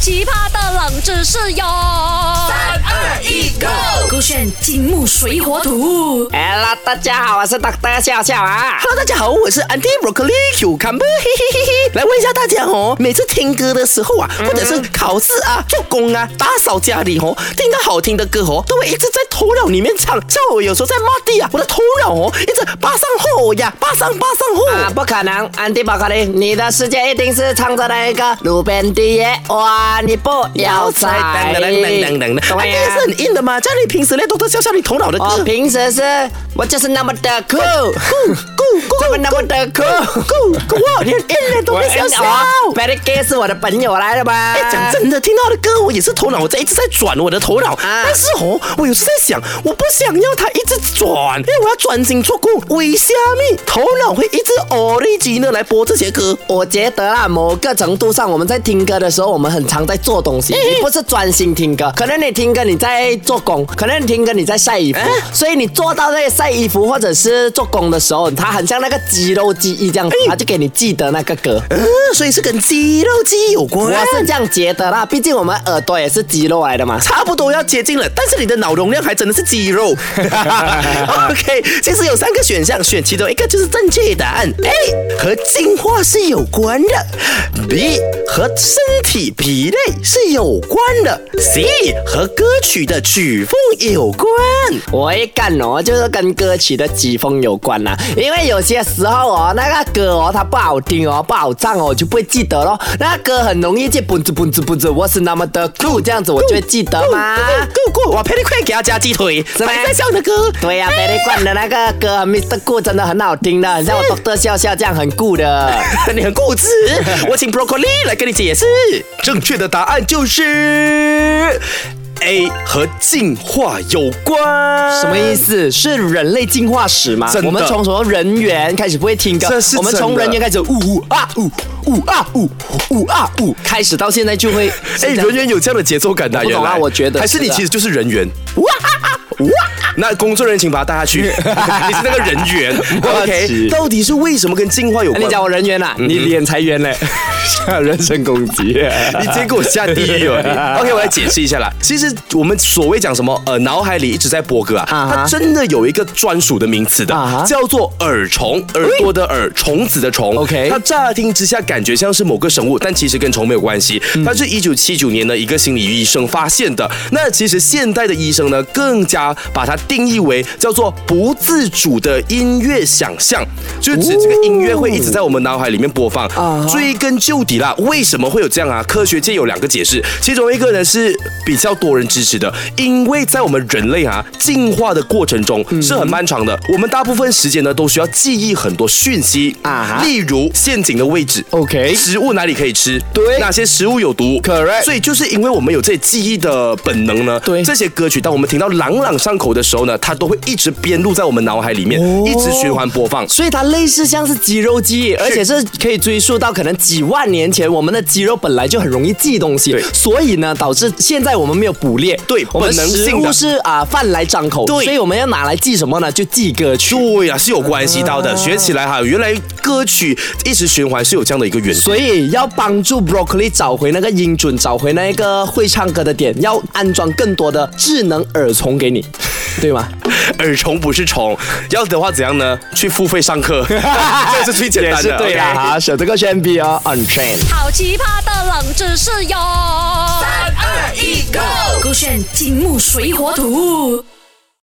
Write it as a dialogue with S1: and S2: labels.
S1: 奇葩的冷知识哟！三
S2: 二一，Go！
S1: 勾选金木水火土。
S2: Hello，大家好，我是 Doctor 笑笑啊。
S3: Hello，大家好，我是 Andy Broccoli Cucumber，嘿嘿嘿嘿。来问一下大家哦，每次听歌的时候啊，
S2: 嗯
S3: 或者是考试啊、做工啊、打扫家里哦，听到好听的歌哦，都会一直在头脑里面唱。像我有时候在骂地啊，我的头脑哦，一直巴上后呀，巴上巴上后。
S2: 啊，不可能，安迪宝克力，你的世界一定是唱着那一个路边的夜哇，你不要猜。
S3: 等等等等等
S2: 对
S3: 等，哎，
S2: 呀、
S3: 这是很硬的嘛？叫你平时嘞都在笑笑你头脑的歌。
S2: 我平时是我就是那么的酷，
S3: 咕
S2: 怎么那么的酷？
S3: 咕咕哇，你很硬嘞，都在笑笑。
S2: b e r y Gay 是我的朋友来的吧？
S3: 哎，讲真的，听到他的歌，我也是头脑我在一直在转我的头脑，
S2: 啊
S3: 但是哦，我有时在想，我不想要它一直转，因为我要专心做工。为虾米头脑会一直 original 来播这些歌？
S2: 我觉得啊，某个程度上，我们在听歌的时候，我们很常在做东西，你不是专心听歌，可能你听歌你在做工，可能你听歌你在晒衣服，所以你做到那个晒衣服或者是做工的时候，它很像那个肌肉记忆这样子，它就给你记得那个歌。
S3: 嗯，所以是跟肌肉记忆有关。
S2: 我是这样觉得啦，毕竟我们耳朵也是肌肉来的嘛。
S3: 差不多要接近了，但是你的脑容量还真的是肌肉。OK，其实有三个选项，选其中一个就是正确答案。A 和进化是有关的，B 和身体疲累是有关的，C 和歌曲的曲风有关。
S2: 我会干哦，就是跟歌曲的曲风有关啦、因为有些时候哦，那个歌哦它不好听哦，不好唱哦，我就不会记得咯。那个歌很容易就蹦子蹦子蹦子，我是那么的酷，这样子我就会记得嘛。
S3: 够够，我陪你快给他加鸡腿，
S2: 么
S3: 还在笑你的歌。
S2: 对呀、b e r y 冠的那个歌 Mr. Cool 真的很好听的，很像我 Doctor 笑笑这样很酷的。
S3: 你很固执，我请 Broccoli 来跟你解释。正确的答案就是 A 和进化有关。
S2: 什么意？思？是人类进化史吗
S3: 真？的
S2: 我们从什么人猿开始不会听歌
S3: 这是？
S2: 我们从
S3: 真的
S2: 人猿开始呜呜啊呜呜啊呜呜啊呜，开始到现在就会。
S3: 哎，人猿有这样的节奏感的、
S2: 我不懂啊
S3: 原来
S2: 我觉得
S3: 还是你
S2: 是的
S3: 其实就是人猿。哇哇！那工作人员请把他带下 去，你是那个人 猿。OK，到底是为什么跟进化有
S2: 哎你
S3: 关？
S2: 讲我人缘啦、啊你脸才圆嘞，人身攻击。
S3: 你直接给我下地狱哦 你！OK，我来解释一下啦。其实我们所谓讲什么呃，脑海里一直在播歌啊，
S2: 啊哈
S3: 它真的有一个专属的名词
S2: 啊哈
S3: 的，叫做耳虫，耳朵的耳，虫子的虫。
S2: OK
S3: 它乍听之下感觉像是某个生物，但其实跟虫没有关系。
S2: 嗯
S3: 它是一九七九年的一个心理医生发现的。那其实现代的医生呢，更加把它定义为叫做不自主的音乐想象，就是指这个音乐会一直在我们脑海里面播放。
S2: 啊哈
S3: 追根究底啦，为什么会有这样啊？科学界有两个解释，其中一个呢是比较多人支持的，因为在我们人类啊进化的过程中
S2: 嗯
S3: 是很漫长的，我们大部分时间呢都需要记忆很多讯息
S2: 啊哈
S3: 例如陷阱的位置
S2: OK
S3: 食物哪里可以吃，
S2: 对
S3: 哪些食物有毒
S2: Correct
S3: 所以就是因为我们有这记忆的本能呢，
S2: 对
S3: 这些歌曲当我们听到朗朗上口的时候呢，它都会一直编录在我们脑海里面，
S2: 哦
S3: 一直循环播放。
S2: 所以它类似像是肌肉记忆，而且是可以追溯到可能几万年前，我们的肌肉本来就很容易记东西
S3: 对，
S2: 所以呢，导致现在我们没有捕猎，
S3: 对
S2: 我们
S3: 本能
S2: 食
S3: 性的
S2: 物是啊、饭来张口，
S3: 对
S2: 所以我们要拿来记什么呢？就记歌曲。
S3: 对呀、是有关系到
S2: 哦
S3: 的。学起来哈，原来歌曲一直循环是有这样的一个元素。
S2: 所以要帮助 Broccoli 找回那个音准，找回那个会唱歌的点，要安装更多的智能耳虫给你，对吗？
S3: 耳虫不是虫，要的话怎样呢？去付费上 课，这是最简单的。
S2: 也是对啊
S3: OK
S2: 啦，好，选这个选 B 哦，Untrain。
S1: 好奇葩的冷知识哟！三二一，Go！勾选金木水火土。